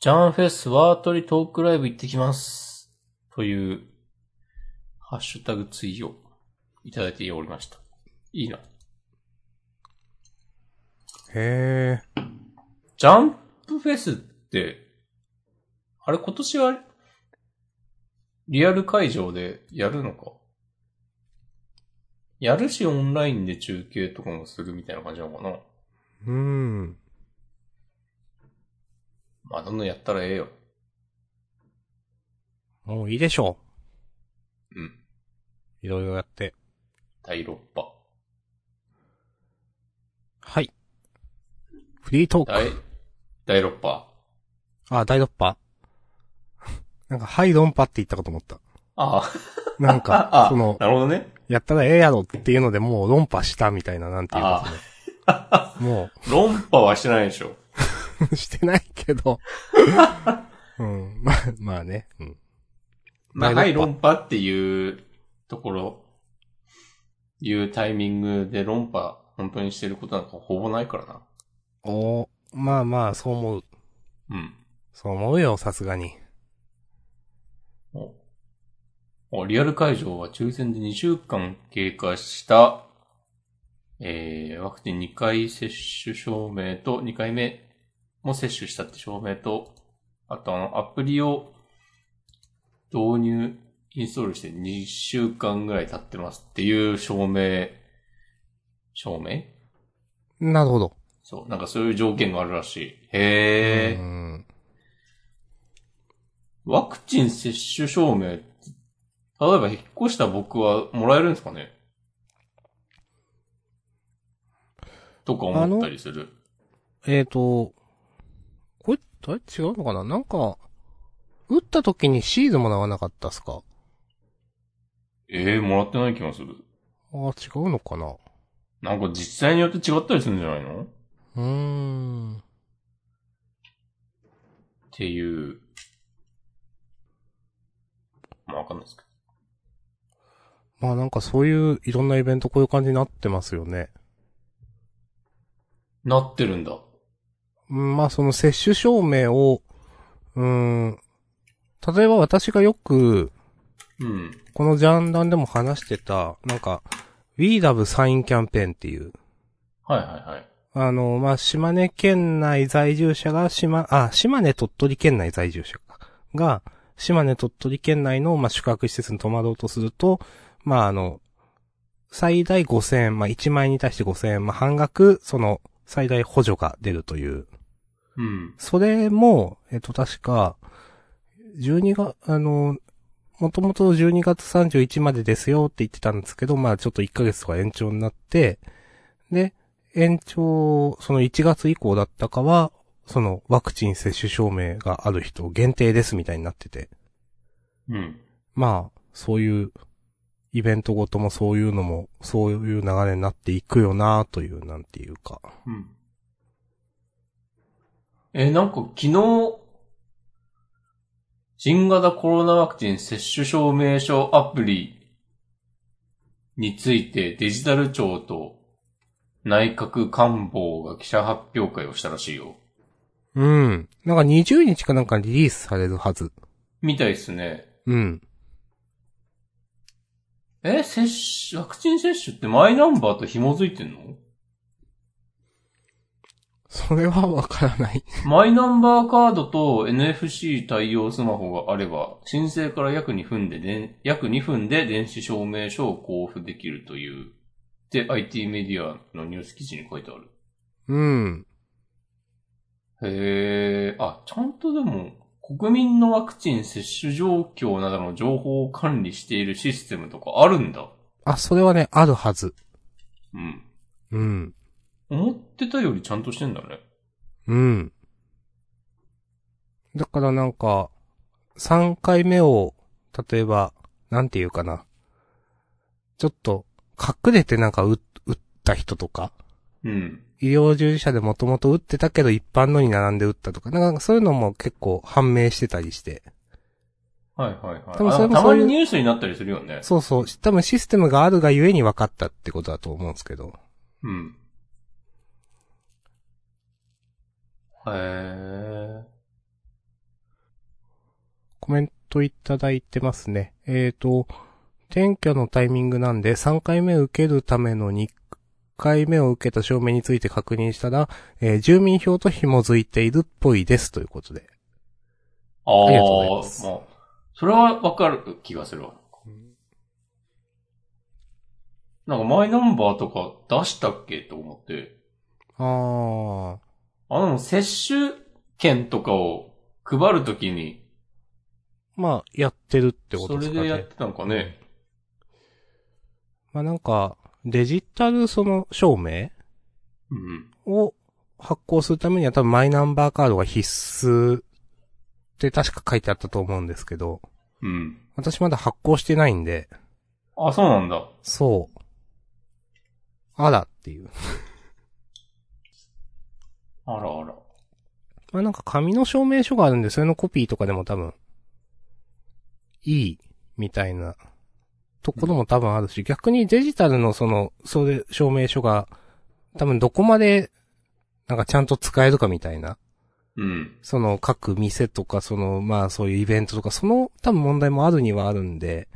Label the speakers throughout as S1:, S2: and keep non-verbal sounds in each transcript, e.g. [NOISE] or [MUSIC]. S1: ジャンフェスワートリトークライブ行ってきます。という、ハッシュタグツイートをいただいておりました。いいな。
S2: へえ。
S1: ジャンプフェスって、あれ今年は、リアル会場でやるのかやるしオンラインで中継とかもするみたいな感じなのかな
S2: うん。
S1: まあ、どんどんやったらええよ。
S2: もういいでしょ
S1: うん。
S2: う。いろいろやって。
S1: 第6波。
S2: はい。フリートーク。
S1: 第、第6波。
S2: あ、第6波。 [LAUGHS] なんか、はい、論波って言ったかと思った。
S1: あ
S2: なん
S1: あ、
S2: か
S1: [LAUGHS] あ、あ、
S2: その
S1: な、るほどね。
S2: やったらええやろっていうのでもう論破したみたいな、なんていうかですね。 [LAUGHS] も
S1: 論破はしてないでしょ。
S2: う、 [LAUGHS] してないけど。
S1: [LAUGHS]
S2: うん、まあ、まあね。うん。
S1: まあ、は
S2: 第
S1: い、
S2: 六波
S1: 論破っていうところ、いうタイミングで論破、本当にしてることなんかほぼないからな。
S2: おーまあまあ、そう思う。
S1: うん。
S2: そう思うよ、さすがに。
S1: おおリアル会場は抽選で2週間経過した、えー、ワクチン2回接種証明と、2回目も接種したって証明と、あとあの、アプリを導入、インストールして2週間ぐらい経ってますっていう証明、証明
S2: なるほど。
S1: そう、なんかそういう条件があるらしい。へ
S2: う
S1: ー。
S2: ん。
S1: ワクチン接種証明、例えば引っ越した僕はもらえるんですかねとか思ったりする。
S2: えっ、と、これ、あれ違うのかななんか、打った時にシールもらわなかったっすか
S1: ええー、もらってない気がする。
S2: ああ、違うのかな
S1: なんか実際によって違ったりするんじゃないのっ
S2: うーん。
S1: ていう。まあわかんないですけど。
S2: まあなんかそういう、いろんなイベントこういう感じになってますよね。
S1: なってるんだ。
S2: うんまあその接種証明を、うーん、例えば私がよく、
S1: うん。
S2: このジャンダンでも話してた、なんか、We Love サインキャンペーンっていう、
S1: はいはいはい。
S2: あの、まあ、島根県内在住者が、島、あ、島根鳥取県内在住者かが、島根鳥取県内の、まあ、宿泊施設に泊まろうとすると、まあ、あの、最大5000円、まあ、1万円に対して5000円、まあ、半額、その、最大補助が出るという
S1: うん。
S2: それも、えっと、確か、12月、あの、もともと12月31までですよって言ってたんですけど、まあちょっと1ヶ月とか延長になって、で、延長、その1月以降だったかは、そのワクチン接種証明がある人限定ですみたいになってて。
S1: うん。
S2: まあ、そういう、イベントごともそういうのも、そういう流れになっていくよなという、なんていうか。
S1: うん。えー、なんか昨日、新型コロナワクチン接種証明書アプリについてデジタル庁と内閣官房が記者発表会をしたらしいよ。
S2: うん。なんか20日かなんかリリースされるはず。
S1: みたいですね。
S2: うん。
S1: え、接種、ワクチン接種ってマイナンバーと紐づいてんの
S2: それはわからない。
S1: マイナンバーカードと NFC 対応スマホがあれば、申請から約2分でで、約2分で電子証明書を交付できるという、で、IT メディアのニュース記事に書いてある。
S2: うん。
S1: へえ、あ、ちゃんとでも、国民のワクチン接種状況などの情報を管理しているシステムとかあるんだ。
S2: あ、それはね、あるはず。
S1: うん。
S2: うん。
S1: 思ってたよりちゃんとしてんだね。
S2: うん。だからなんか、3回目を、例えば、なんていうかな。ちょっと、隠れてなんか打、打った人とか、
S1: うん。
S2: 医療従事者でもともと打ってたけど一般のに並んで打ったとか、なんかそういうのも結構判明してたりして。
S1: はいはいはい。
S2: 多分
S1: あ
S2: それも
S1: た
S2: そ
S1: ま
S2: ういう
S1: にニュースになったりするよね。
S2: そうそう、多分システムがあるがゆえに分かったってことだと思うんですけど。
S1: うん。へえ。
S2: コメントいただいてますね。えっ、と、転居のタイミングなんで、3回目受けるための2回目を受けた証明について確認したら、えー住民票と紐づいているっぽいです、ということで。
S1: あ
S2: ありがとうございます
S1: もう、それはわかる気がするわ。なんかマイナンバーとか出したっけと思って。
S2: ああ、
S1: あの、接種券とかを配るときに、
S2: まあ、やってるってこ
S1: そ
S2: と
S1: れ
S2: ですか
S1: で
S2: ね。
S1: やってたのかね。
S2: まあなんか、デジタルその証明
S1: うん。
S2: を発行するためには多分マイナンバーカードが必須って確か書いてあったと思うんですけど、
S1: うん。
S2: 私まだ発行してないんで、
S1: あ、そうなんだ。
S2: そう。あらっていう。
S1: あらあら。
S2: まあなんか紙の証明書があるんで、それのコピーとかでも多分、いい、みたいな、ところも多分あるし、逆にデジタルのその、それ、証明書が、多分どこまで、なんかちゃんと使えるかみたいな。
S1: うん。
S2: その各店とか、その、まあそういうイベントとか、その多分問題もあるにはあるんで、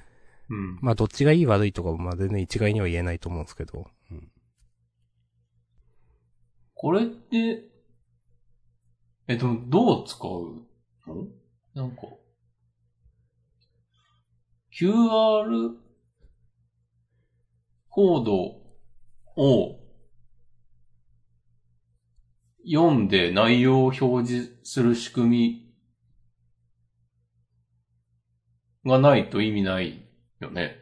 S1: うん。
S2: まあどっちがいい悪いとかも、まあ全然一概には言えないと思うんですけど。
S1: これって、え、でもどう使うのなんか、QR コードを読んで内容を表示する仕組みがないと意味ないよね。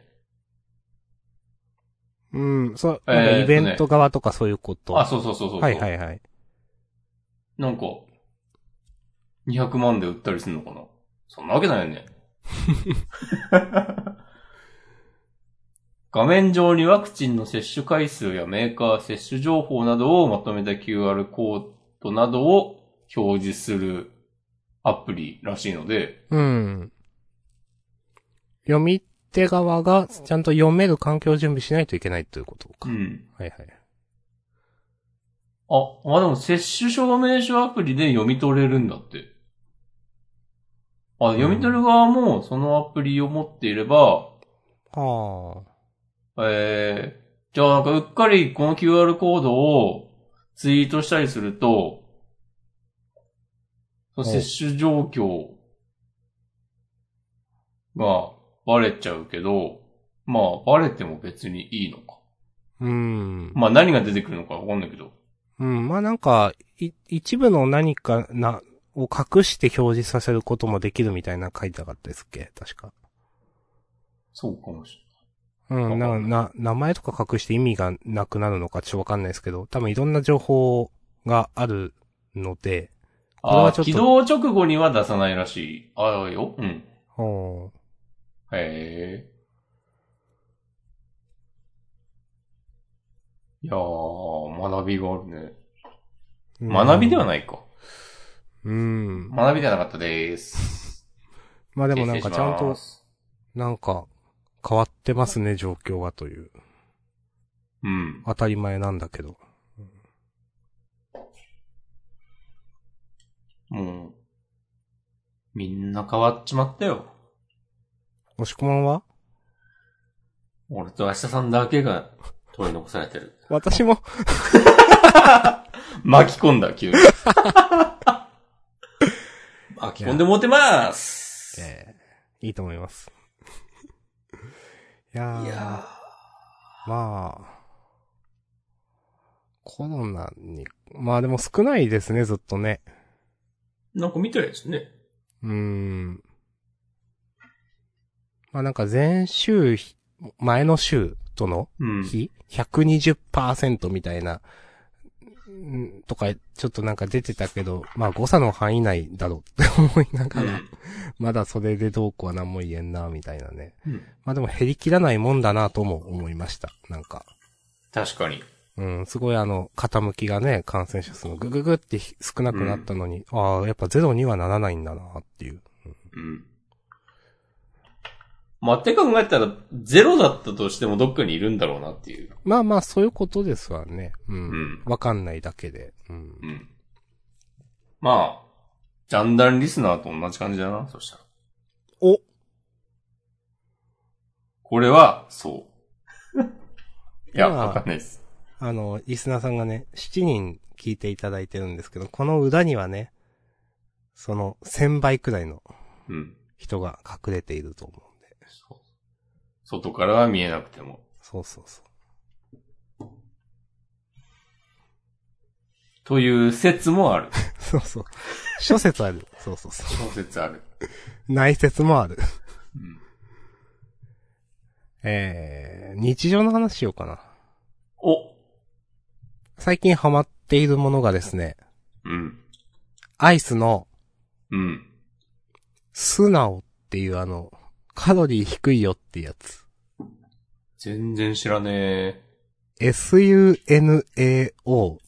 S2: うん、そう、
S1: えー
S2: なんかイベント側とかそういうこと。
S1: あ、そうそうそうそうそう。
S2: はいはいはい。
S1: なんか、200万で売ったりするのかなそんなわけないよね。画面上にワクチンの接種回数やメーカー接種情報などをまとめた QR コードなどを表示するアプリらしいので、
S2: うん。読み手側がちゃんと読める環境を準備しないといけないということか。
S1: うん。
S2: はいはい。
S1: あ、あ、でも接種証明書アプリで読み取れるんだって。あ、読み取る側もそのアプリを持っていれば、
S2: は
S1: えー、じゃあなんかうっかりこの QR コードをツイートしたりすると、その
S2: はい
S1: 接種状況がバレちゃうけど、まあバレても別にいいのか。
S2: あ。うん。
S1: まあ何が出てくるのかわかんないけど。
S2: うん、まあなんか、い、一部の何かな、を隠して表示させることもできるみたいな書いてなかったですっけ確か。
S1: そうかもし
S2: うん、な、な、名前とか隠して意味がなくなるのかちょっとわかんないですけど、多分いろんな情報があるので、
S1: れ
S2: これ
S1: ない。あ
S2: は
S1: あ、
S2: ちょっと
S1: 起動直後には出さないらしい。ああよ。うん。
S2: ほう
S1: へえ。いやー、学びがあるね。
S2: うん
S1: 学びではないか。
S2: うん。
S1: 学びではなかったです。
S2: まあでもなんかちゃ
S1: 失
S2: ん
S1: 礼しま
S2: と、
S1: す
S2: なんか、変わってますね、状況はという。
S1: うん。
S2: 当たり前なんだけど。
S1: もう、みんな変わっちまったよ。
S2: 押し込まんは
S1: 俺と明日さんだけが取り残されて
S2: [LAUGHS]
S1: る。
S2: 私も、
S1: 巻き込んだ、
S2: [LAUGHS]
S1: 急に。巻き込んでモテまーす。
S2: ええいいと思い
S1: [LAUGHS]
S2: ます。いやー
S1: いや
S2: まあ、コロナに、まあでも少ないですね、ずっとね。
S1: ー、なんか見たいですね。
S2: うーん。まあなんか前週ひ、前の週との
S1: うん。
S2: 比、120%みたいな、んとか、ちょっとなんか出てたけど、まあ誤差の範囲内だろうって思いながら、まだそれでどうこうは何も言えんな、みたいなね。
S1: うんうん
S2: まあでも減り切らないもんだなとも思いました。なんか。
S1: 確かに。
S2: うん、すごいあの、傾きがね、感染者数のぐぐぐってひ少なくなったのに、ああ、やっぱゼロにはならないんだなっていう。
S1: うん。まあ、って考えたら、ゼロだったとしてもどっかにいるんだろうなっていう。
S2: まあまあ、そういうことですわね。う。
S1: うんん。
S2: わ、かんないだけで。うん
S1: う。ん。まあ、ジャンダンリスナーと同じ感じだな、そしたら。
S2: お
S1: これは、 [LAUGHS] そう。いや、
S2: まあ
S1: わかんないです。
S2: あの、リスナーさんがね、7人聞いていただいてるんですけど、この裏にはね、その1000倍くらいの
S1: うん。
S2: 人が隠れていると思うんで。
S1: そう外からは見えなくても。
S2: そうそうそう。
S1: という説もある。
S2: そうそう。諸説ある。そうそうそ
S1: 小説ある。
S2: う。内説もある。
S1: うん。
S2: えー、日常の話しようかな。
S1: お
S2: 最近ハマっているものがですね、
S1: うん。
S2: アイスの
S1: うん。
S2: 素直っていうあの、カロリー低いよってやつ。
S1: 全然知らねえ。
S2: sunao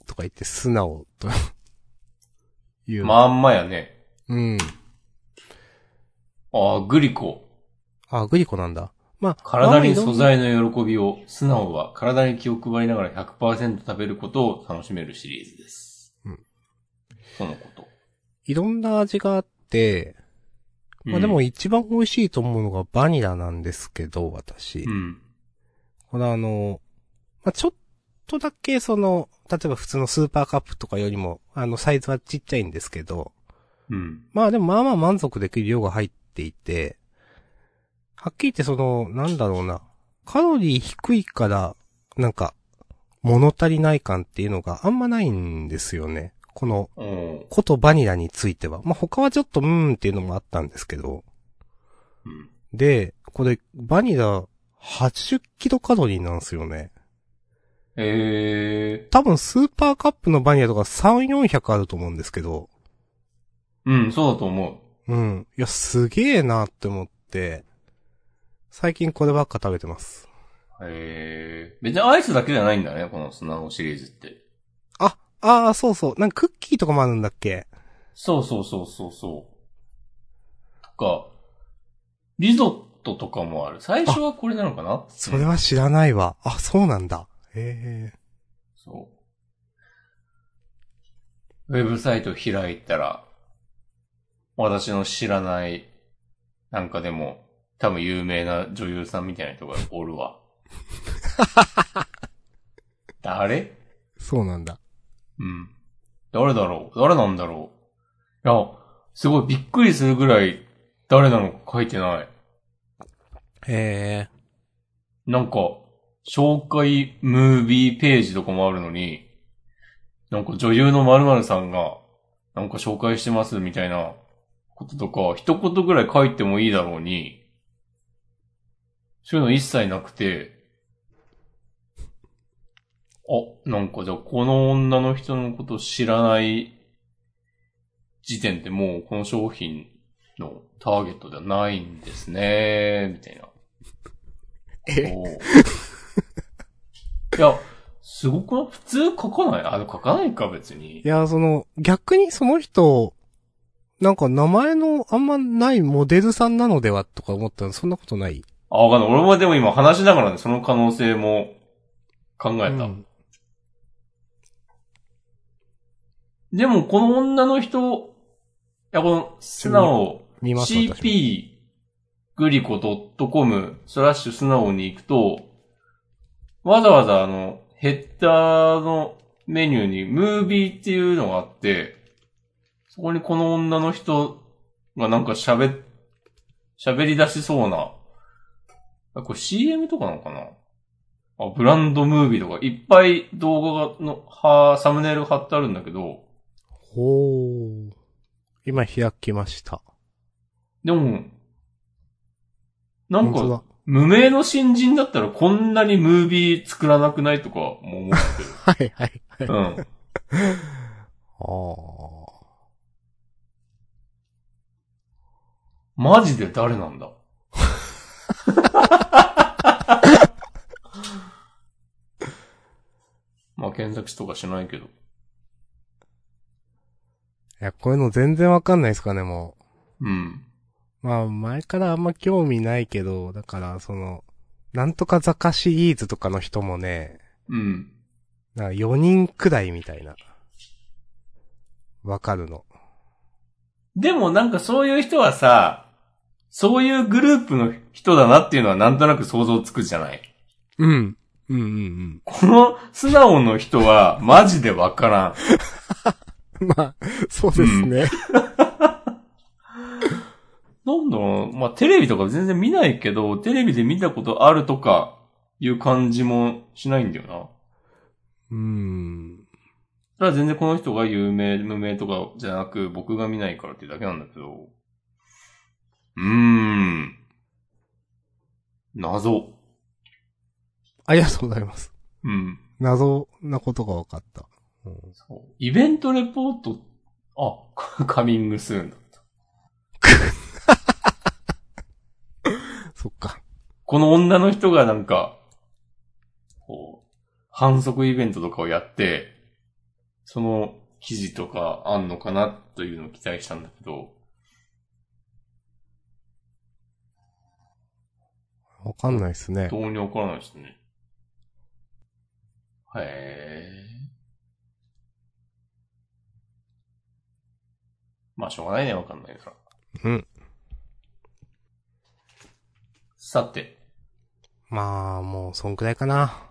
S2: とか言って素直という。
S1: まんまやね。
S2: うん。
S1: ああ、グリコ。
S2: あ、グリコなんだ。まあ、
S1: 体に
S2: まあ
S1: 素材の喜びを、素直は体に気を配りながら100%食べることを楽しめるシリーズです。
S2: うん。
S1: そのこと。
S2: いろんな味があって、まあでも一番美味しいと思うのがバニラなんですけど、私。
S1: うん。
S2: これあの、まあ、ちょっとだけその、例えば普通のスーパーカップとかよりも、あの、サイズはちっちゃいんですけど、
S1: うん。
S2: まあでもまあまあ満足できる量が入っていて、はっきり言ってその、なんだろうな、カロリー低いから、なんか、物足りない感っていうのがあんまないんですよね。この、
S1: おー
S2: ことバニラについては。まあ他はちょっとうーんっていうのもあったんですけど、
S1: うん。
S2: で、これ、バニラ80キロカロリーなんですよね。
S1: ええ
S2: 多分スーパーカップのバニラとか3、400あると思うんですけど、
S1: うん、そうだと思
S2: うん。いや、すげえなって思って、最近こればっか食べてます。
S1: う。ええ別にアイスだけじゃないんだね、この素直シリーズって。
S2: あ、ああ、そうそう。なんかクッキーとかもあるんだっけ
S1: そうそうそうそうそう。とか、リゾットとかもある。最初はこれなのかな
S2: それは知らないわ。あ、そうなんだ。へえ。
S1: そう。ウェブサイト開いたら、私の知らない、なんかでも、多分有名な女優さんみたいな人がおるわ。誰
S2: そうなんだ。
S1: うん。誰だろう誰なんだろういや、すごいびっくりするぐらい、誰なのか書いてない。
S2: へえ。
S1: なんか、紹介ムービーページとかもあるのに、なんか女優の〇〇さんが、なんか紹介してますみたいなこととか、一言ぐらい書いてもいいだろうに、そういうの一切なくて、あ、なんかじゃあこの女の人のこと知らない時点でもうこの商品のターゲットではないんですね、みたいな。
S2: え、
S1: おーいや、すごくない普通書かないあの、書かないか、別に
S2: い。や、その、逆にその人、なんか名前のあんまないモデルさんなのではとか思ったの、そんなことない
S1: あ、わかんない。俺もでも今話しながらね、その可能性も考えた。
S2: うん
S1: でも、この女の人、いや、この、素直、
S2: 見ます私も
S1: CP、グリコ .com、スラッシュ素直に行くと、わざわざあの、ヘッダーのメニューに、ムービーっていうのがあって、そこにこの女の人がなんか喋、喋り出しそうな、あこれ CM とかなのかなあ、ブランドムービーとか、いっぱい動画の、は、サムネイル貼ってあるんだけど、
S2: ほー。今開きました。
S1: でも、なん
S2: 本当
S1: か
S2: だ、
S1: 無名の新人だったらこんなにムービー作らなくないとかも思っ
S2: はいはいは
S1: て
S2: い。
S1: る。うん。
S2: ああ。
S1: マジで誰なんだまあ検索しとかしないけど。
S2: いや、こういうの全然わかんないですかね、も
S1: うん。
S2: う。まあ、前からあんま興味ないけど、だから、その、なんとか坂シリーズとかの人もね、
S1: うん。
S2: なんか4人くらいみたいな。わかるの。
S1: でもなんかそういう人はさ、そういうグループの人だなっていうのはなんとなく想像つくじゃない。
S2: うん。うんうん
S1: この素直の人はマジでわからん。
S2: うん。 [LAUGHS] まあ、そうですね。
S1: なんだろうなまあ、テレビとか全然見ないけど、テレビで見たことあるとか、いう感じもしないんだよな。
S2: うん。
S1: それは全然この人が有名、無名とかじゃなく、僕が見ないからっていうだけなんだけど。うーん。謎。
S2: ありがとうございます。
S1: うん。
S2: 謎なことが分かった。うん
S1: そう。イベントレポート、あ、 [LAUGHS] カミングスーンだった。
S2: そっか。
S1: この女の人がなんか、こう、反則イベントとかをやって、その記事とかあんのかなというのを期待したんだけど、
S2: わかんないですね。
S1: どうに起こらないですね。へえ。まあ、しょうがないね、わかんないから。
S2: うん。
S1: さて、
S2: まあ、もう、そんくらいかな。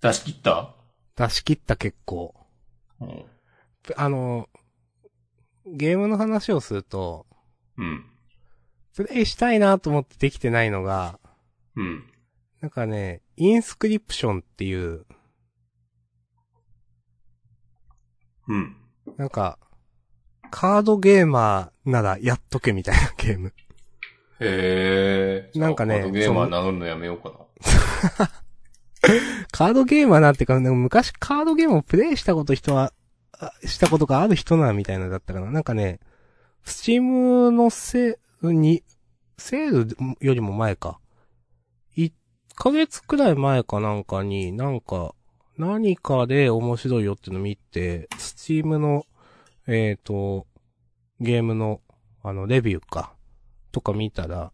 S1: 出し切った
S2: 出し切った結構。
S1: うん。
S2: あの、ゲームの話をすると、
S1: うん。
S2: プレイしたいなと思ってできてないのが、
S1: うん。
S2: なんかね、インスクリプションっていう、
S1: うん。
S2: なんか、カードゲーマーならやっとけみたいなゲーム。
S1: へえ。
S2: なんかね
S1: じゃあカードゲーマー名乗るのやめようかな。
S2: カードゲーマーなんていうか、でも昔カードゲームをプレイしたこと人は、あしたことがある人な、みたいなのだったかな。なんかね、スチームのセールに、セールよりも前か。1ヶ月くらい前かなんかに、なんか、何かで面白いよっていうの見て、スチームの、えっ、と、ゲームの、あの、レビューか、とか見たら、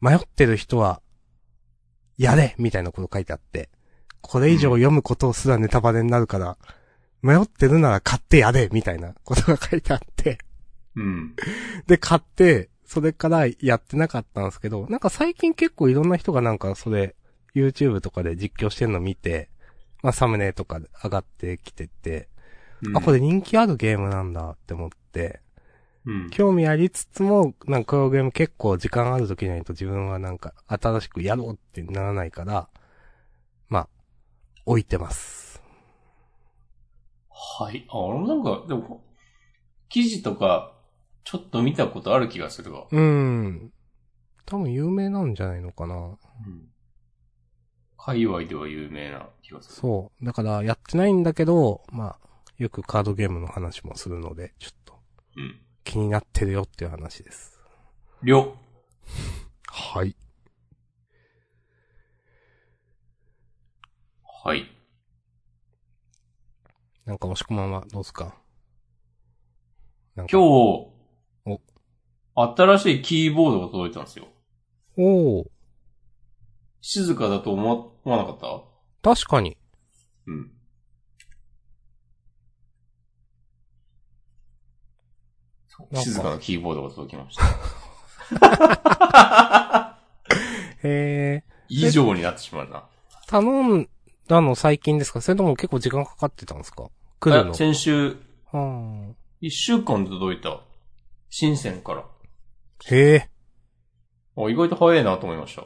S2: 迷ってる人は、やれみたいなこと書いてあって。これ以上読むことすらネタバレになるから、迷ってるなら買ってやれみたいなことが書いてあって、
S1: うん。
S2: で、買って、それからやってなかったんですけど、なんか最近結構いろんな人がなんかそれ、YouTube とかで実況してるの見て、まあサムネとかで上がってきてて、
S1: うん
S2: あ、これ人気あるゲームなんだって思って、
S1: うん。
S2: 興味ありつつも、なんかこのゲーム結構時間ある時にないと自分はなんか新しくやろうってならないから、まあ、置いてます。
S1: はい。あ、俺もなんか、でも、記事とか、ちょっと見たことある気がするわ。
S2: うん。多分有名なんじゃないのかな。
S1: うん。界隈では有名な気がする。
S2: そう。だから、やってないんだけど、まあ、よくカードゲームの話もするので、ちょっと
S1: うん。
S2: 気になってるよっていう話です。
S1: りょ。
S2: はい。
S1: はい。
S2: なんか、押し込まんはどうすかなんか
S1: 今日、
S2: お
S1: 新しいキーボードが届いたんですよ。
S2: おお
S1: 静かだと思わ思わなかった
S2: 確かに。
S1: うん。そう
S2: なんか
S1: 静かなキーボードが届きました。
S2: へえ。
S1: 以上になってしまうな。
S2: 頼んだの最近ですかそれとも結構時間かかってたんですか来るの
S1: あ。先週、
S2: は
S1: 一週間で届いた。深センから。
S2: あへえ。
S1: あ、意外と早いなと思いました。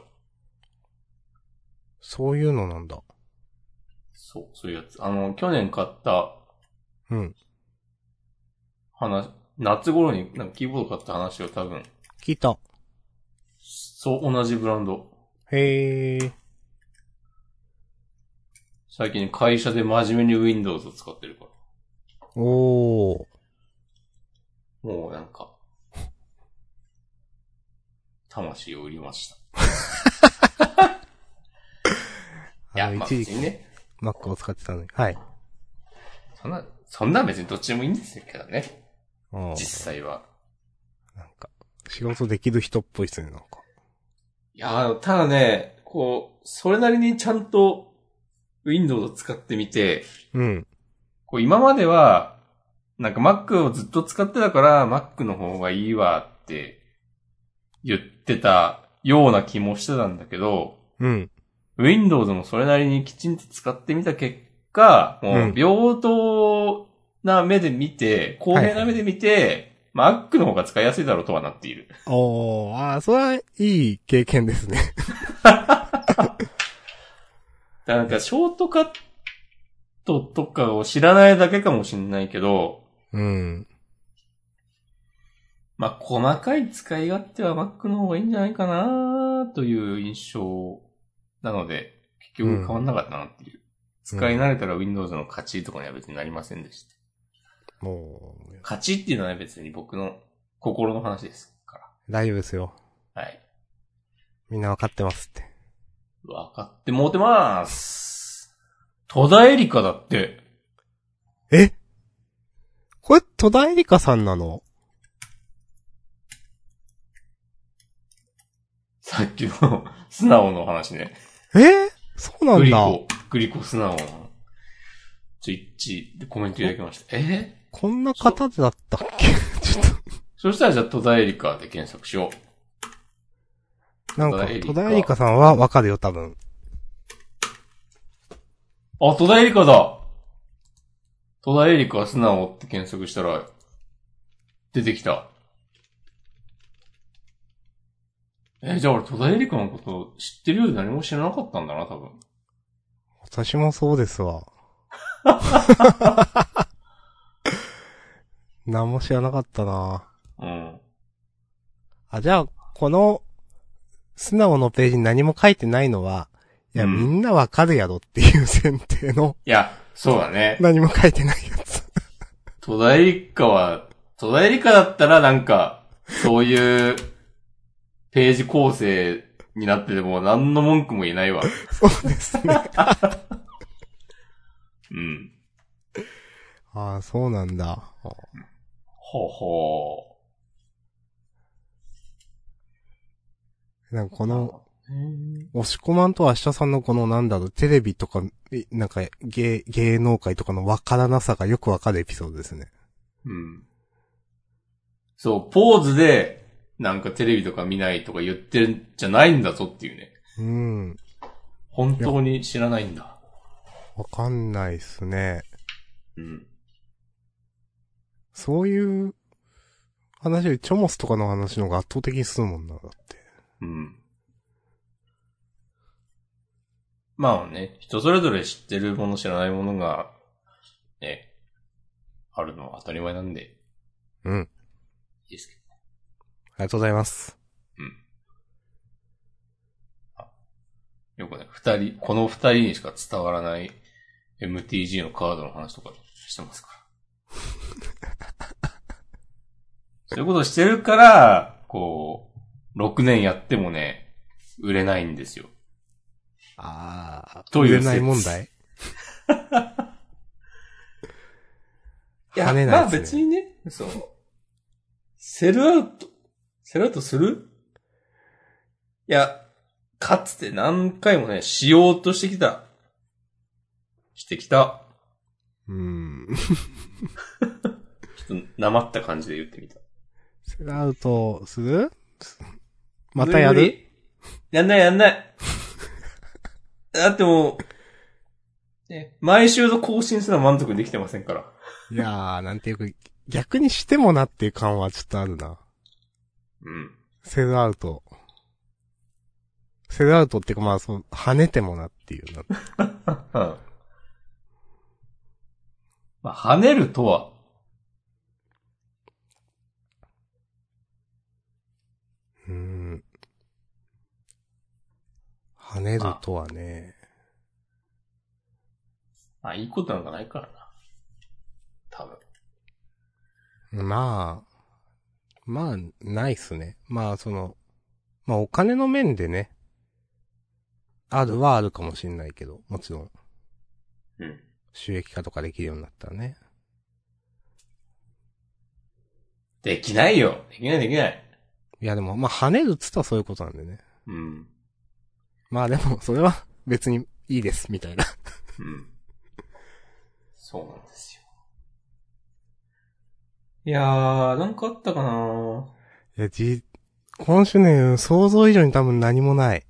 S2: そういうのなんだ。
S1: そう、そういうやつ。あの、去年買った
S2: うん。
S1: 話、夏頃になんかキーボード買った話を多分、
S2: 聞いた。
S1: そう、同じブランド。
S2: へえ。
S1: 最近会社で真面目に Windows を使ってるか
S2: おお
S1: ら。もうなんか、魂を売りました。いや、
S2: あの
S1: まあ
S2: 一時
S1: 別
S2: 期
S1: にね、
S2: Mac を使ってたのに。はい。
S1: そんな、そんなん別にどっちでもいいんですけどね、
S2: うん
S1: 実際は。
S2: なんか、仕事できる人っぽいっすね、なんか。
S1: いやー、ただね、こう、それなりにちゃんと Windows を使ってみて、
S2: うん。
S1: こう今までは、なんか Mac をずっと使ってたから Mac の方がいいわって言ってたような気もしてたんだけど、
S2: うん。
S1: Windows もそれなりにきちんと使ってみた結果、もううん平等な目で見て、公平な目で見て、まあ Mac の方が使いやすいだろうとはなっている。
S2: おー、あーそれはいい経験ですね。
S1: だからなんかショートカットとかを知らないだけかもしれないけど、
S2: [LAUGHS] うん。
S1: まあ細かい使い勝手は Mac の方がいいんじゃないかなという印象なので、結局変わんなかったなっていう。使い慣れたら Windows の勝ちとかには別になりませんでした。
S2: もう、
S1: 勝ちっていうのは別に僕の心の話ですか
S2: 大丈夫ですよ。
S1: ら。はい。
S2: みんなわかってますって。
S1: 分かってもうてまーす。戸田エリカだって、
S2: えこれ、戸田恵梨香さんなの
S1: さっきの [LAUGHS] 素直の話ね。
S2: えーそうな
S1: グ
S2: ん
S1: リ
S2: だ。
S1: コ、グリコ素直の。ツイッチでコメントいただきました。え
S2: こんな方だったっけちょっ
S1: そしたらじゃあ戸田エリカで検索しよう。
S2: と。なん
S1: 戸
S2: か、
S1: 田恵梨香
S2: 戸田恵梨香さんはわかるよ、多分。
S1: あ、戸田エリカだ戸田エリカ素直って検索したら、出てきた。え、じゃあ俺戸田エリカのこと知ってるようで何も知らなかったんだな、多分。
S2: 私もそうです [LAUGHS] わ。何も知らなかったな
S1: うん。
S2: あ、じゃあ、この、素直のページに何も書いてないのは、いや、
S1: うん
S2: みんなわかるやろっていう前提 [LAUGHS] の、
S1: いや、そうだね。
S2: 何も書いてないやつ。
S1: 戸田エリカは、戸田エリカだったらなんか、そういう、ページ構成になってても何の文句も言えないわ。
S2: そうですね。
S1: うん。
S2: ああ、そうなんだ。
S1: ほうほ
S2: なんかこ
S1: う。
S2: の、
S1: うん
S2: 押し込まんと明日さんのこのなんだろう、テレビとか、えなんか芸、芸能界とかのわからなさがよくわかるエピソードですね。
S1: うん。そう、ポーズで、なんかテレビとか見ないとか言ってるんじゃないんだぞっていうね。
S2: うん。
S1: 本当に知らないんだ。
S2: わかんないっすね。
S1: うん。
S2: そういう話よりチョモスとかの話の方が圧倒的にするもんな、だって。
S1: うん。まあね、人それぞれ知ってるもの知らないものが、ね、あるのは当たり前なんで、い
S2: うん。
S1: いですけど。
S2: ありがとうございます。
S1: よくね、二人、この二人にしか伝わらない MTG のカードの話とかしてますから。 [LAUGHS] そういうことしてるから、こう、6年やってもね、売れないんですよ。
S2: ああ、
S1: という説
S2: ない問題
S1: いや、
S2: 跳ねない
S1: ま
S2: っ
S1: あ
S2: すね
S1: 別にね、そう。セルアウト、セルアウトするいや、かつて何回もね、しようとしてきた。してきた。
S2: うん。
S1: ちょっと、なまった感じで言ってみた。
S2: セルアウトするまたや
S1: 無理
S2: る
S1: 無理やんないやんない。だってもう、ね、毎週の更新すら満足できてませんから。
S2: いやー、なんていうか、逆にしてもなっていう感はちょっとあるな。
S1: うん。 [LAUGHS]
S2: セルアウト。セルアウトっていうかまあ、その、跳ねてもなっていうな。
S1: まあ、跳ねるとは、
S2: うーん。跳ねるとはね。
S1: まあ、いいことなんかないからな。多分。
S2: まあ、まあ、ないっすね。まあ、その、まあお金の面でね、あるはあるかもしんないけど、もちろん、
S1: うん。
S2: 収益化とかできるようになったらね。
S1: できないよ。できないできない。
S2: いやでも、まあ跳ねるっつったらそういうことなんでね。
S1: うん。
S2: まあでも、それは別にいいです、みたいな。
S1: うん。そうなんですよ。いやー、なんかあったかない
S2: や、じ、今週ね、想像以上に多分何もない。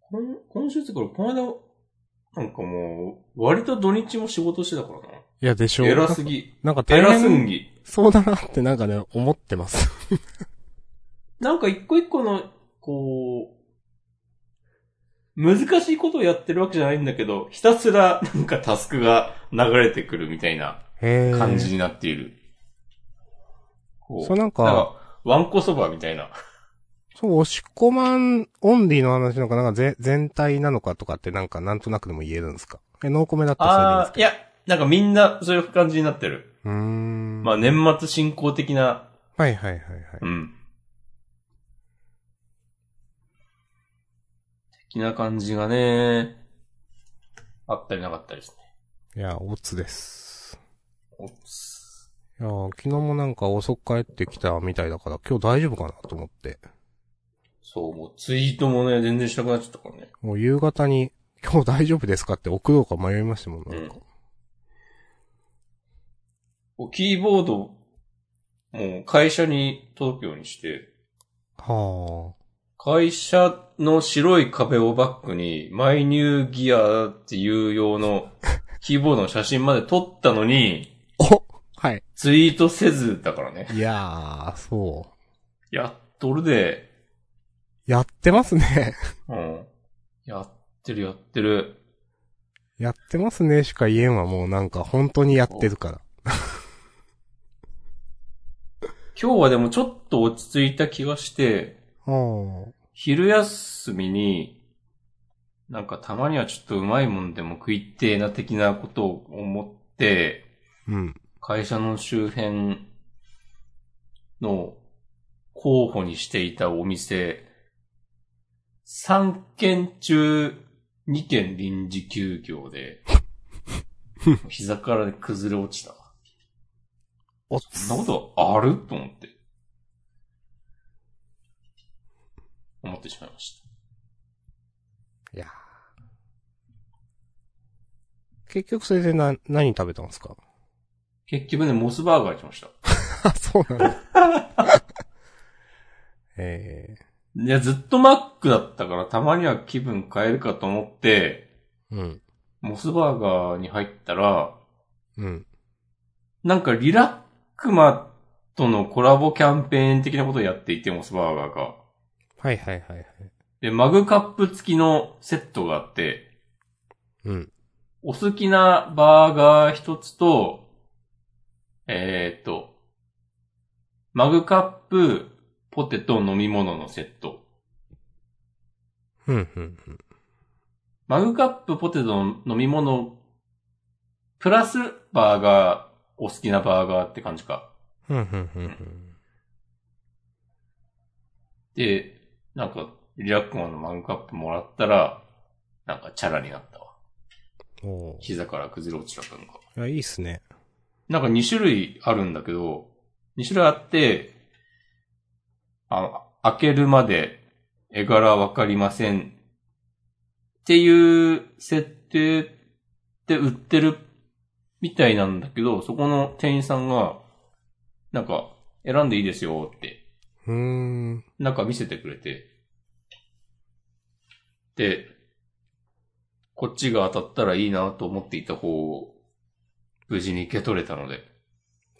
S1: こん今週ってこれ、この間、なんかもう、割と土日も仕事してたからない
S2: や、でしょ。
S1: 偉すぎ。
S2: なんか大
S1: 偉す
S2: 変
S1: んぎ。
S2: そうだなってなんかね、思ってます。
S1: なんか一個一個の、こう、難しいことをやってるわけじゃないんだけど、ひたすらなんかタスクが流れてくるみたいな
S2: へー
S1: 感じになっている。こ
S2: そうなんか
S1: なんか、ワンコそばみたいな。
S2: そう、押し込まんオンリーの話なのか、なんかぜ全体なのかとかってなんかなんとなくでも言えるんですかえ、ノーコメだったらそれでいいんです
S1: あ
S2: か
S1: ー、いや、なんかみんなそういう感じになってる。
S2: うーん。
S1: まあ年末進行的な、
S2: はいはいはいはい。
S1: うん。的な感じがね、あったりなかったりですね。
S2: いや、オツです。
S1: おっす
S2: いやー、昨日もなんか遅く帰ってきたみたいだから、今日大丈夫かなと思って。
S1: そう、もうツイートもね、全然したくなっちゃったからね。
S2: もう夕方に、 [LAUGHS] 今日大丈夫ですかって送ろうか迷いましたもん、なんか。
S1: こうキーボード、もう会社に届くようにして、
S2: は
S1: 会社の白い壁をバックに、マイニューギアっていう用のキーボードの写真まで撮ったのに、
S2: あ。おはい。
S1: ツイートせずだからね。
S2: いやー、そ
S1: やっとるで、
S2: う。やってますね。 [LAUGHS]
S1: うん。やってるやってる。
S2: やってますねしか言えんわ、もうなんか本当にやってるから。
S1: 今日はでもちょっと落ち着いた気がして、
S2: はあ。
S1: 昼休みに、なんかたまにはちょっとうまいもんでも食いてえな的なことを思って、
S2: うん。
S1: 会社の周辺の候補にしていたお店、3軒中2軒臨時休業で、膝から崩れ落ちた。
S2: おっ
S1: そんなことあると思って。思ってしまいまし
S2: いやー結局それでな、何食べたんですか
S1: た。結局ね、モスバーガー行きました。
S2: [LAUGHS] あ、そうなんだ。 [LAUGHS] え
S1: いや、ずっとマックだったから、たまには気分変えるかと思って、
S2: えうん。
S1: モスバーガーに入ったら、
S2: うん。
S1: なんかリラックマとのコラボキャンペーン的なことをやっていて、モスバーガーが。
S2: はいはいはいはい。
S1: で、マグカップ付きのセットがあって、
S2: うん。
S1: お好きなバーガー一つと、えーっと、マグカップ、ポテト、飲み物のセット。
S2: ふんふんふん。
S1: マグカップ、ポテト、の飲み物、プラスバーガー、お好きなバーガーって感じか。
S2: ふんふんふんふん。
S1: で、なんか、リラックマンのマグカップもらったら、なんかチャラになったわ。
S2: おー
S1: 膝から崩れ落ちたのが。
S2: いや、いいっすね。
S1: なんか2種類あるんだけど、2種類あって、あ開けるまで絵柄わかりませんっていう設定で売ってるみたいなんだけど、そこの店員さんが、なんか選んでいいですよって
S2: うーん。
S1: なんか見せてくれて。で、こっちが当たったらいいなと思っていた方を、無事に受け取れたので、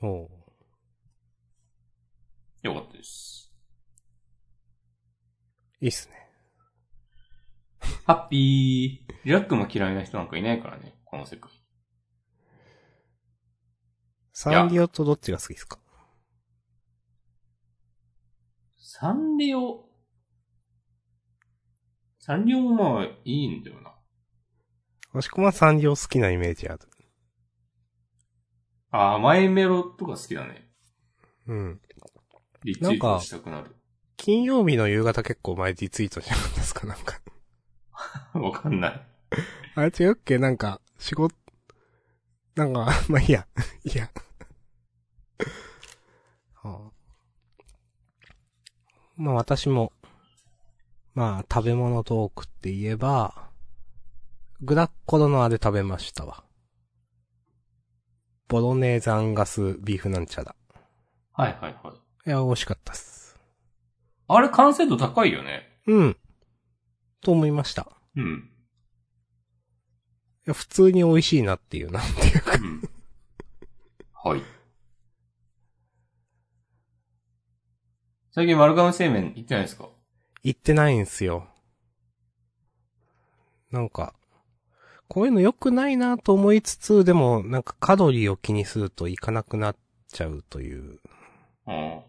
S2: おー
S1: よかったです。
S2: いいっすね。
S1: ハッピー。リラックも嫌いな人なんかいないからね、この世界。
S2: サンリオとどっちが好きですか
S1: サンリオ。サンリオもまあ、いいんだよな。
S2: もしくはサンリオ好きなイメージある。
S1: あ、甘いメロとか好きだね。
S2: うん。
S1: リツイートしたくなる。 [LAUGHS]
S2: 金曜日の夕方結構前リツイートしなかったですかなんか。
S1: わかんない。
S2: あれ違うっけなんか、仕事、なんか、 [LAUGHS] まあ、いいや。いいや。はあまあ私も、まあ食べ物トークって言えば、グラッコロのあれ食べましたわ。ボロネーザンガスビーフなんちゃら。
S1: はいはいはい。
S2: いや、惜しかったっす。
S1: あれ完成度高いよね。
S2: うん。と思いました。
S1: うん。
S2: いや、普通に美味しいなっていう、なんていうか。
S1: うん。はい。最近丸亀製麺行ってないですか
S2: 行ってないんすよ。なんか、こういうの良くないなと思いつつ、でも、なんかカロリーを気にすると行かなくなっちゃうという、
S1: うん。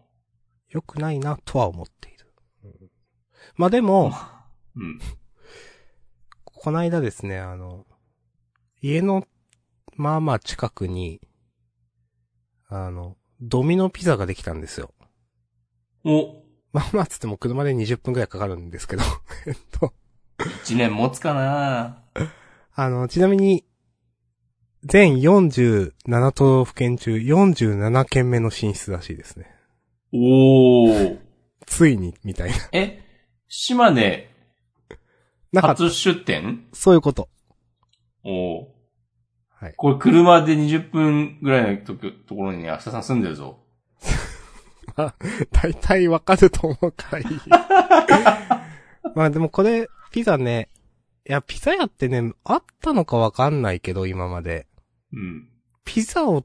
S2: 良くないなとは思っている。まあでも、
S1: うん。
S2: こないだですね、あの、家の、まあまあ近くに、あの、ドミノピザができたんですよ。
S1: お、
S2: まあまあつっても車で20分くらいかかるんですけど、えっと、
S1: 一年持つかな
S2: あの、ちなみに、全47都道府県中47県目の進出らしいですね。
S1: おー。
S2: ついに、みたいな。
S1: え、島根
S2: なんかった、
S1: 初出店
S2: そういうこと。
S1: おー。
S2: はい
S1: これ車で20分ぐらいのとこところに明日さん住んでるぞ。
S2: 大体わかると思うからいい。まあでもこれ、ピザね、いや、ピザ屋ってね、あったのかわかんないけど、今まで。
S1: うん。
S2: ピザを、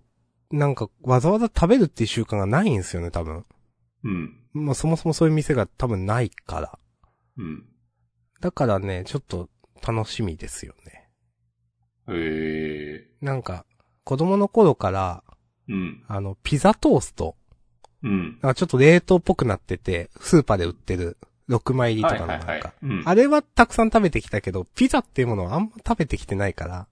S2: なんか、わざわざ食べるっていう習慣がないんですよね、多分。
S1: うん。
S2: まあそもそもそういう店が多分ないから。
S1: うん。
S2: だからね、ちょっと楽しみですよね。
S1: へえ。
S2: なんか、子供の頃から、
S1: うん。
S2: あの、ピザトースト。
S1: うん。
S2: なんかちょっと冷凍っぽくなってて、スーパーで売ってる6枚入りとかのなんか。
S1: うん。
S2: あれはたくさん食べてきたけど、ピザっていうものはあんま食べてきてないから、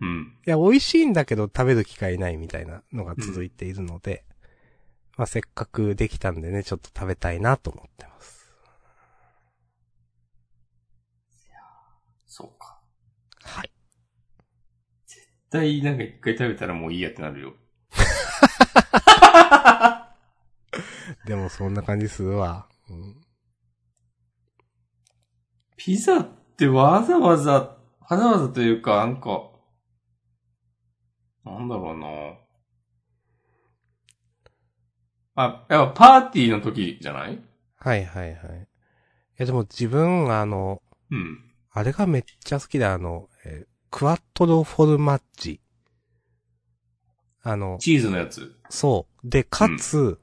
S1: うん。
S2: いや、美味しいんだけど食べる機会ないみたいなのが続いているので、まあ、せっかくできたんでね、ちょっと食べたいなと思ってます。
S1: そうか。
S2: はい。
S1: 絶対なんか一回食べたらもういいやってなるよ。
S2: でもそんな感じするわ。うん、
S1: ピザってわざわざ、わざわざというか、なんか、なんだろうなあ、やっぱパーティーの時じゃない
S2: はいはいはい。いや、でも自分、あの、
S1: うん。
S2: あれがめっちゃ好きで、あの、えークワットロフォルマッジ。あの、
S1: チーズのやつ。
S2: そう。で、かつ、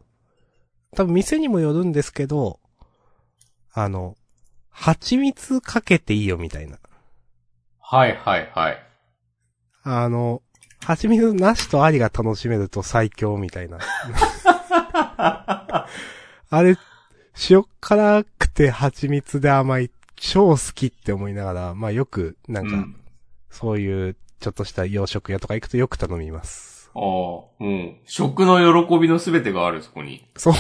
S2: 多分店にもよるんですけど、あの、蜂蜜かけていいよみたいな。
S1: はいはいはい。
S2: あの、蜂蜜なしとありが楽しめると最強みたいな。あれ、塩辛くて蜂蜜で甘い、超好きって思いながら、まあよく、なんか、
S1: うん
S2: そういう、ちょっとした洋食屋とか行くとよく頼みます。
S1: ああ、もうん。食の喜びのすべてがある、そこに。 [LAUGHS]
S2: そう。い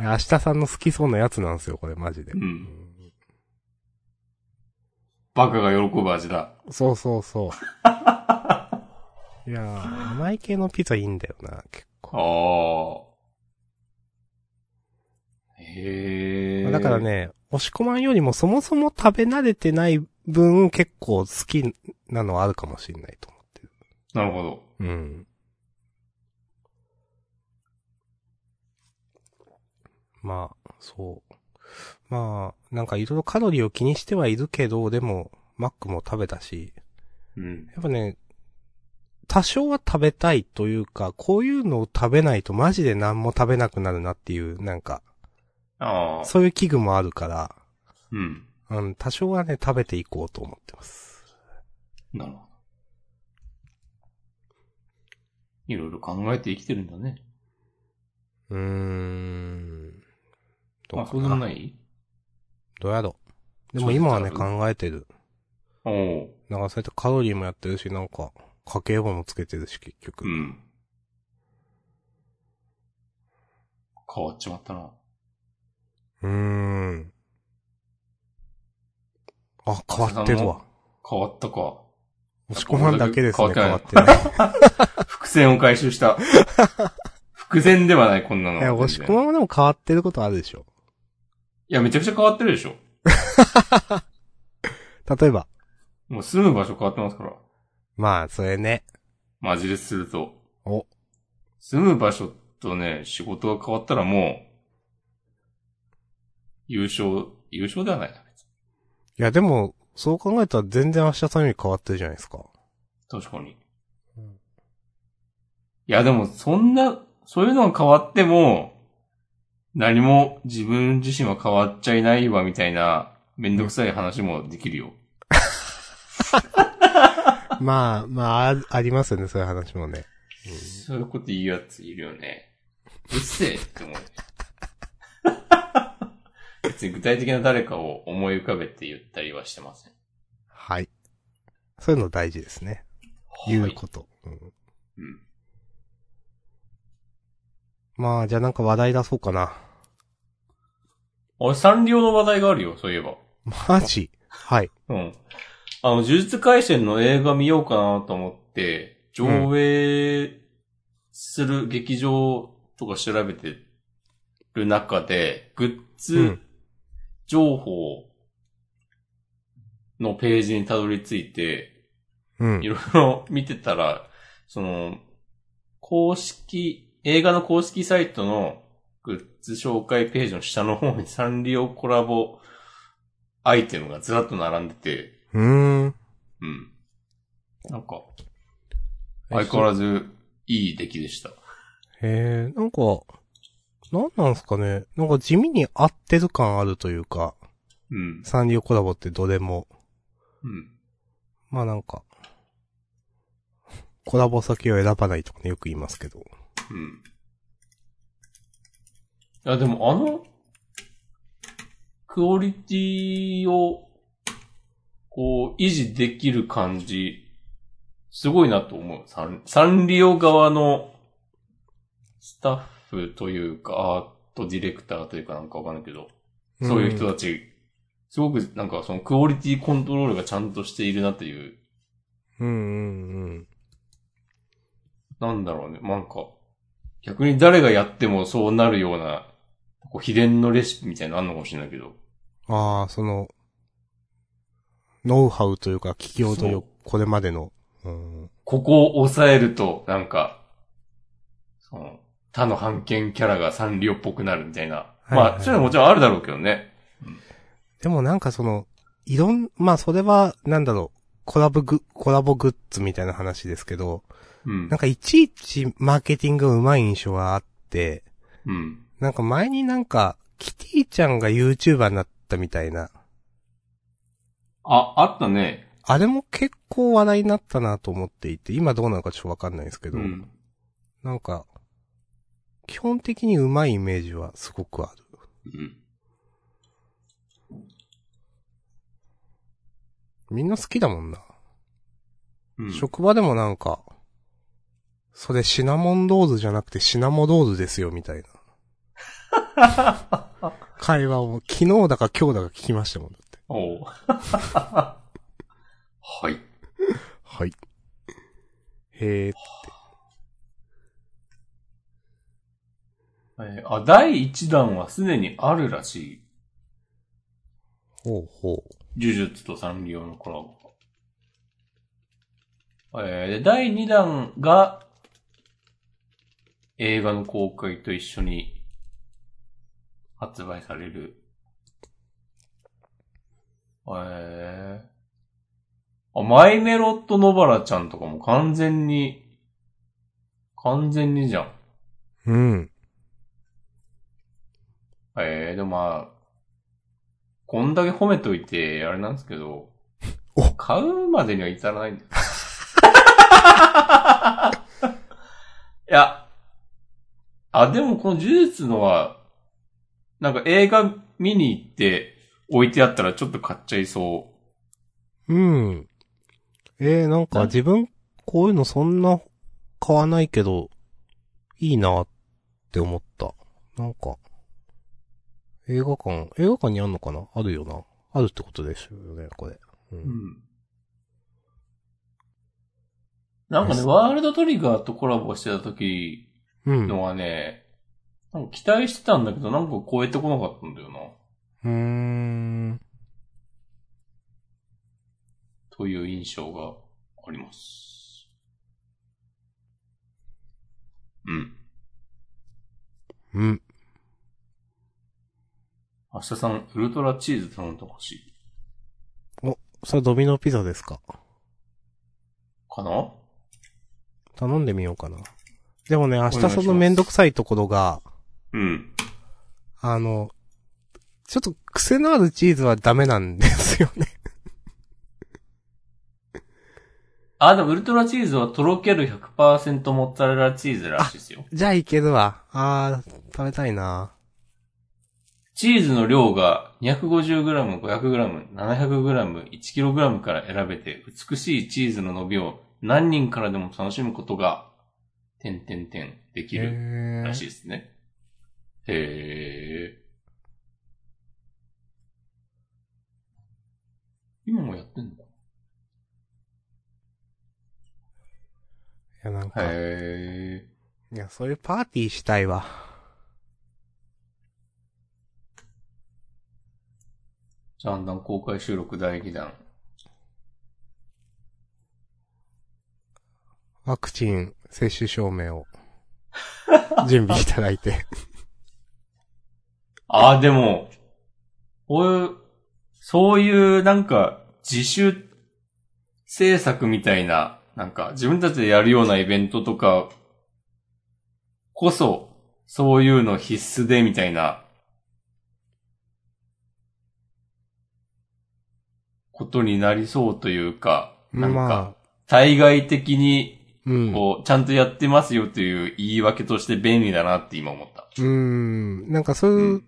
S2: や明日さんの好きそうなやつなんですよ、これマジで
S1: う。ん。バカが喜ぶ味だ。
S2: そうそう
S1: [LAUGHS]
S2: そう。いやー、甘い系のピザいいんだよな、結構。
S1: ああ。へえ。
S2: だから。ね、押し込まんよりもそもそも食べ慣れてない分結構好きなのはあるかもしれないと思ってる。
S1: なるほど。
S2: うん。まあ、そう。まあ、なんかいろいろカロリーを気にしてはいるけど、でも、マックも食べたし、
S1: うん。
S2: やっぱね、多少は食べたいというか、こういうのを食べないとマジで何も食べなくなるなっていう、なんか、
S1: ああ。
S2: そういう器具もあるから、
S1: うん。
S2: うん、多少はね、食べていこうと思ってます。
S1: なるほど。いろいろ考えて生きてるんだね。
S2: うーん。どう
S1: あ、
S2: か
S1: そうでもない
S2: どうやろう。でも今はね、
S1: そうだっ
S2: 考えてる。
S1: おお
S2: なんかそうやってカロリーもやってるし、なんか、家計簿もつけてるし、結局。
S1: う。うん。変わっちまったな。
S2: うーん。あ、変わってるわ。
S1: 変わったか。
S2: 押し込まんだけですね、変
S1: 変
S2: わ
S1: わ
S2: っ
S1: って
S2: ない。
S1: 伏線を回収
S2: [LAUGHS]
S1: した。伏線ではない、こんなの
S2: い
S1: は。
S2: や、押し込まんもでも変わってることあるでしょ。
S1: いや、めちゃくちゃ変わってるでしょ。
S2: 例えば。
S1: もう住む場所変わってますから。
S2: まあ、それね。
S1: マジレスすると。
S2: お。
S1: 住む場所とね、仕事が変わったらもう、優勝、優勝ではないな、別に
S2: いや、でも、そう考えたら全然明日さんより変わってるじゃないで
S1: [LAUGHS]
S2: すか。
S1: 確かに。
S2: うん
S1: いや、でも、そんな、そういうのが変わっても、何も自分自身は変わっちゃいないわ、みたいな、めんどくさい話もできるよ。
S2: まあ、まああ、ありますよね、そういう話もね。
S1: そういうこと言うやついるよね。うっせえって思う。別に具体的な誰かを思い浮かべて言ったりはしてません。
S2: はい。そういうの大事ですね。言
S1: は
S2: う
S1: い
S2: こと。うん
S1: うん。
S2: まあ、じゃあなんか話題出そうかな。
S1: 俺、サンリオの話題があるよ、そういえば。
S2: マジはい。
S1: うん。あの、呪術回戦の映画見ようかなと思って、上映する劇場とか調べてる中で、グッ
S2: う
S1: ズ
S2: ん
S1: 情報のページにたどり着いて、
S2: うん
S1: い。ろいろ見てたら、その、公式、映画の公式サイトのグッズ紹介ページの下の方にサンリオコラボアイテムがずらっと並んでて、
S2: うーん。
S1: うん。なんか、相変わらずいい出来でした。
S2: へえ、なんか、なんなんすかね。なんか地味に合ってる感あるというか、
S1: うん。
S2: サンリオコラボってどれも。
S1: うん。
S2: まあなんか、コラボ先を選ばないとかね、よく言いますけど。
S1: うん。いや、でもあの、クオリティを、こう、維持できる感じ、すごいなと思う。サンサンリオ側の、スタッフというか、アートディレクターというかなんかわかんないけど、そういう人
S2: ん
S1: たち、すごくなんかそのクオリティコントロールがちゃんとしているなっていう、
S2: うんうんうん。
S1: なんだろうね、なんか、逆に誰がやってもそうなるような、こう秘伝のレシピみたいなのあるのかもしれないけど、
S2: ああ、その、ノウハウというか、企業とい
S1: そうう、
S2: これまでの。うん。
S1: ここを抑えると、なんか、その、他の判権キャラがサンリオっぽくなるみたいな。
S2: いはいはい
S1: まあ、そういうのもちろんあるだろうけどね。
S2: でもなんかその、いろん、まあそれは、なんだろう、コラボグ、コラボグッズみたいな話ですけど、
S1: うん
S2: なん。かいちいちマーケティングが上手い印象があって、
S1: うん。
S2: なんか前になんか、キティちゃんが YouTuber になったみたいな、
S1: あ、あったね。
S2: あれも結構話題になったなと思っていて、今どうなのかちょっとわかんないですけ
S1: う
S2: ど、
S1: ん。
S2: なんか、基本的に上手いイメージはすごくある。
S1: うん。
S2: みんな好きだもんな。
S1: うん
S2: 職場でもなんか、それシナモンロールじゃなくてシナモロールですよ、みたいな。会話を昨日だか今日だか聞きましたもん、だって。
S1: おう [LAUGHS] はい。
S2: はい。へえ、
S1: えーあ、第1弾はすでにあるらしい。
S2: ほうほう。
S1: 呪術とサンリオのコラボが。えーで、第2弾が、映画の公開と一緒に発売される。えー、あ、マイメロット野原ちゃんとかも完全に、完全にじゃん。
S2: うん。
S1: ええでもまあ、こんだけ褒めといて、あれなんですけど、
S2: お
S1: 買うまでには至ら
S2: [LAUGHS]
S1: ないんだ。いや、あ、でもこの呪術のは、なんか映画見に行って置いてあったらちょっと買っちゃいそ
S2: うん。えー、なんか
S1: な
S2: 自分、こういうのそんな買わないけど、いいなって思った。なんか、映画館、映画館にあんのかなあるよな。あるってことですよね、これ。う
S1: う。
S2: ん。
S1: うん。なんか
S2: で
S1: ね、
S2: す
S1: ワールドトリガーとコラボしてた時
S2: うん。
S1: のはね、なんか期待してたんだけど、なんか超えてこなかったんだよな。
S2: うーん。
S1: という印象があります。うん。
S2: うん。
S1: 明日さん、ウルトラチーズ頼んでほしい。
S2: それドミノピザですか
S1: かな
S2: 頼んでみようかな。でもね、明
S1: し
S2: 日
S1: ます
S2: そのめんどくさいところが、
S1: うん。
S2: あの、ちょっと癖のあるチーズはダメなんですよね。
S1: あ、でもウルトラチーズはとろける100%モッツァレラチーズらしいですよ。
S2: じゃあいけるわ。あー、食べたいな。
S1: チーズの量が 250g、500g、700g、1kg から選べて、美しいチーズの伸びを何人からでも楽しむことが、点点点できる
S2: へ
S1: らしい
S2: ー
S1: ですね。へえ。今もやってんのか
S2: いや、なんか、い、
S1: へえ。
S2: や、そういうパーティーしたいわ。
S1: ジャンダン公開収録第2弾。
S2: ワクチン接種証明を [LAUGHS] 準備いただ
S1: [LAUGHS]
S2: いて。
S1: ああ、でも、おう、そういうなんか自主制作みたいな、なんか自分たちでやるようなイベントとか、こそ、そういうの必須でみたいな、ことになりそうというか、なんか
S2: ま、
S1: 対外的に、
S2: うん。う
S1: こう、ちゃんとやってますよという言い訳として便利だなって今思った。
S2: ーん。なんかそう
S1: う、
S2: いうん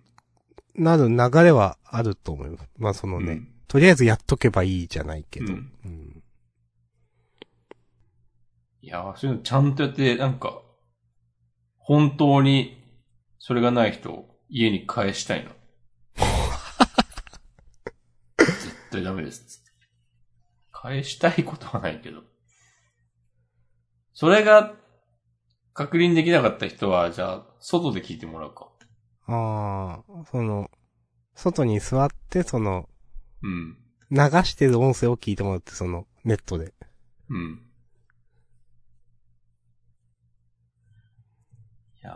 S2: なる流れはあると思います。まあそのね、
S1: うん
S2: とりあえずやっとけばいいじゃないけど。
S1: うん
S2: うん
S1: いやー、そういうのちゃんとやって、なんか、本当に、それがない人を家に返したいな。絶対ダメですっつって。返したいことはないけど。それが、確認できなかった人は、じゃあ、外で聞いてもらうか。
S2: ああ、その、外に座って、その、
S1: うん。
S2: 流してる音声を聞いてもらって、その、ネットで。
S1: うん。いや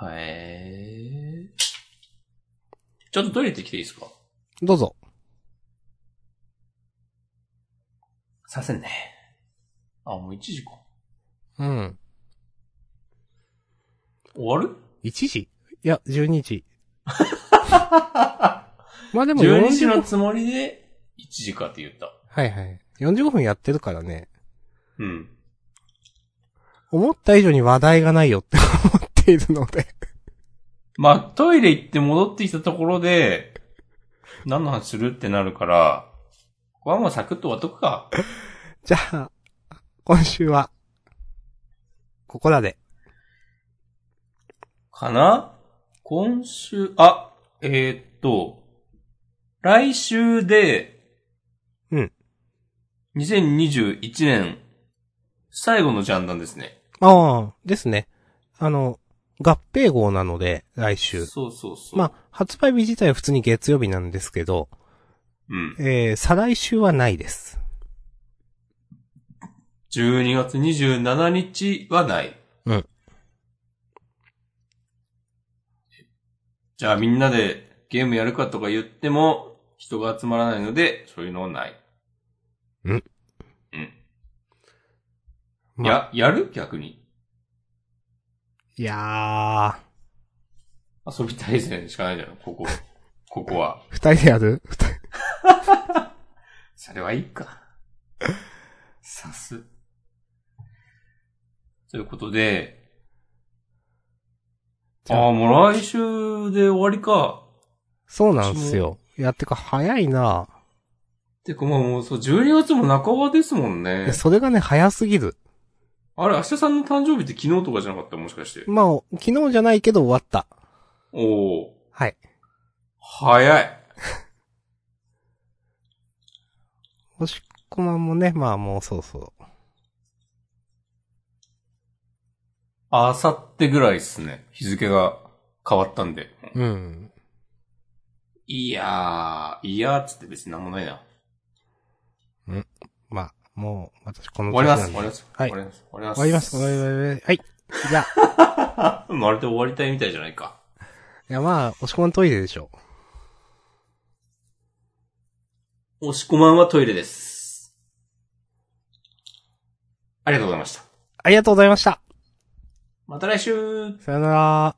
S1: ーはえー。ちょっとトイレ行ってきていいですか
S2: どうぞ。
S1: させんね。あ、もう1時か。
S2: うん。
S1: 終わる
S2: 1時いや、12時。
S1: [LAUGHS]
S2: まあでも
S1: ?12 時
S2: 40
S1: のつもりで1時かって言った。
S2: はいはい。45分やってるからね。
S1: うん。
S2: 思った以上に話題がないよって思っているので。 [LAUGHS]
S1: まあ、トイレ行って戻ってきたところで、何の話するってなるから、ここはもうサクッと終わっとくか。
S2: じゃあ、今週は、ここらで。
S1: かな今週、あ、えーっと、来週で、
S2: うん。
S1: 2021年、最後のジャンダンですね。
S2: ああ、ですね。あの、合併号なので、来週。
S1: そうそうそう。
S2: まあ、発売日自体は普通に月曜日なんですけど、
S1: うん。
S2: えー、再来週はないです。
S1: 12月27日はない。
S2: うん。
S1: じゃあみんなでゲームやるかとか言っても、人が集まらないので、そういうのはない。
S2: うん
S1: うん。
S2: ま
S1: や、
S2: あ
S1: やる逆に。
S2: いや
S1: 遊びたい戦しかないじゃん、ここ。ここは。 [LAUGHS]
S2: ー、二人でやる二人
S1: それはいいか。さす。ということで、
S2: じゃあ
S1: ああ、もう来週で終わりか。
S2: そうなんですよ。いや、てか早いな、
S1: てかまあもうそう、12月も半ばですもん
S2: い
S1: ね
S2: や。それがね、早すぎる。
S1: あれ、明日さんの誕生日って昨日とかじゃなかったもしかして。
S2: まあ、昨日じゃないけど終わった。
S1: おお
S2: はい。
S1: 早い。
S2: おしっこまんもね、まあもうそうそう。
S1: あさってぐらいっすね。日付が変わったんで。
S2: うん。
S1: いやー、いやーっつって別になんもないな。
S2: まあ、もう、私この
S1: 終わります。終
S2: 年な
S1: わ
S2: ん
S1: り
S2: で
S1: ます。
S2: はい
S1: 終わります。終わります。 [LAUGHS]
S2: 終わります。終わります。終わります。はい。いや、
S1: まるで終わりたいみたいじゃないか。
S2: いやまあ、押し込まんトイレでしょ。
S1: 押し込まんはトイレです。ありがとうございました。
S2: ありがとうございました。
S1: また来週おや
S2: さよなら。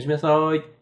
S1: すみなさい。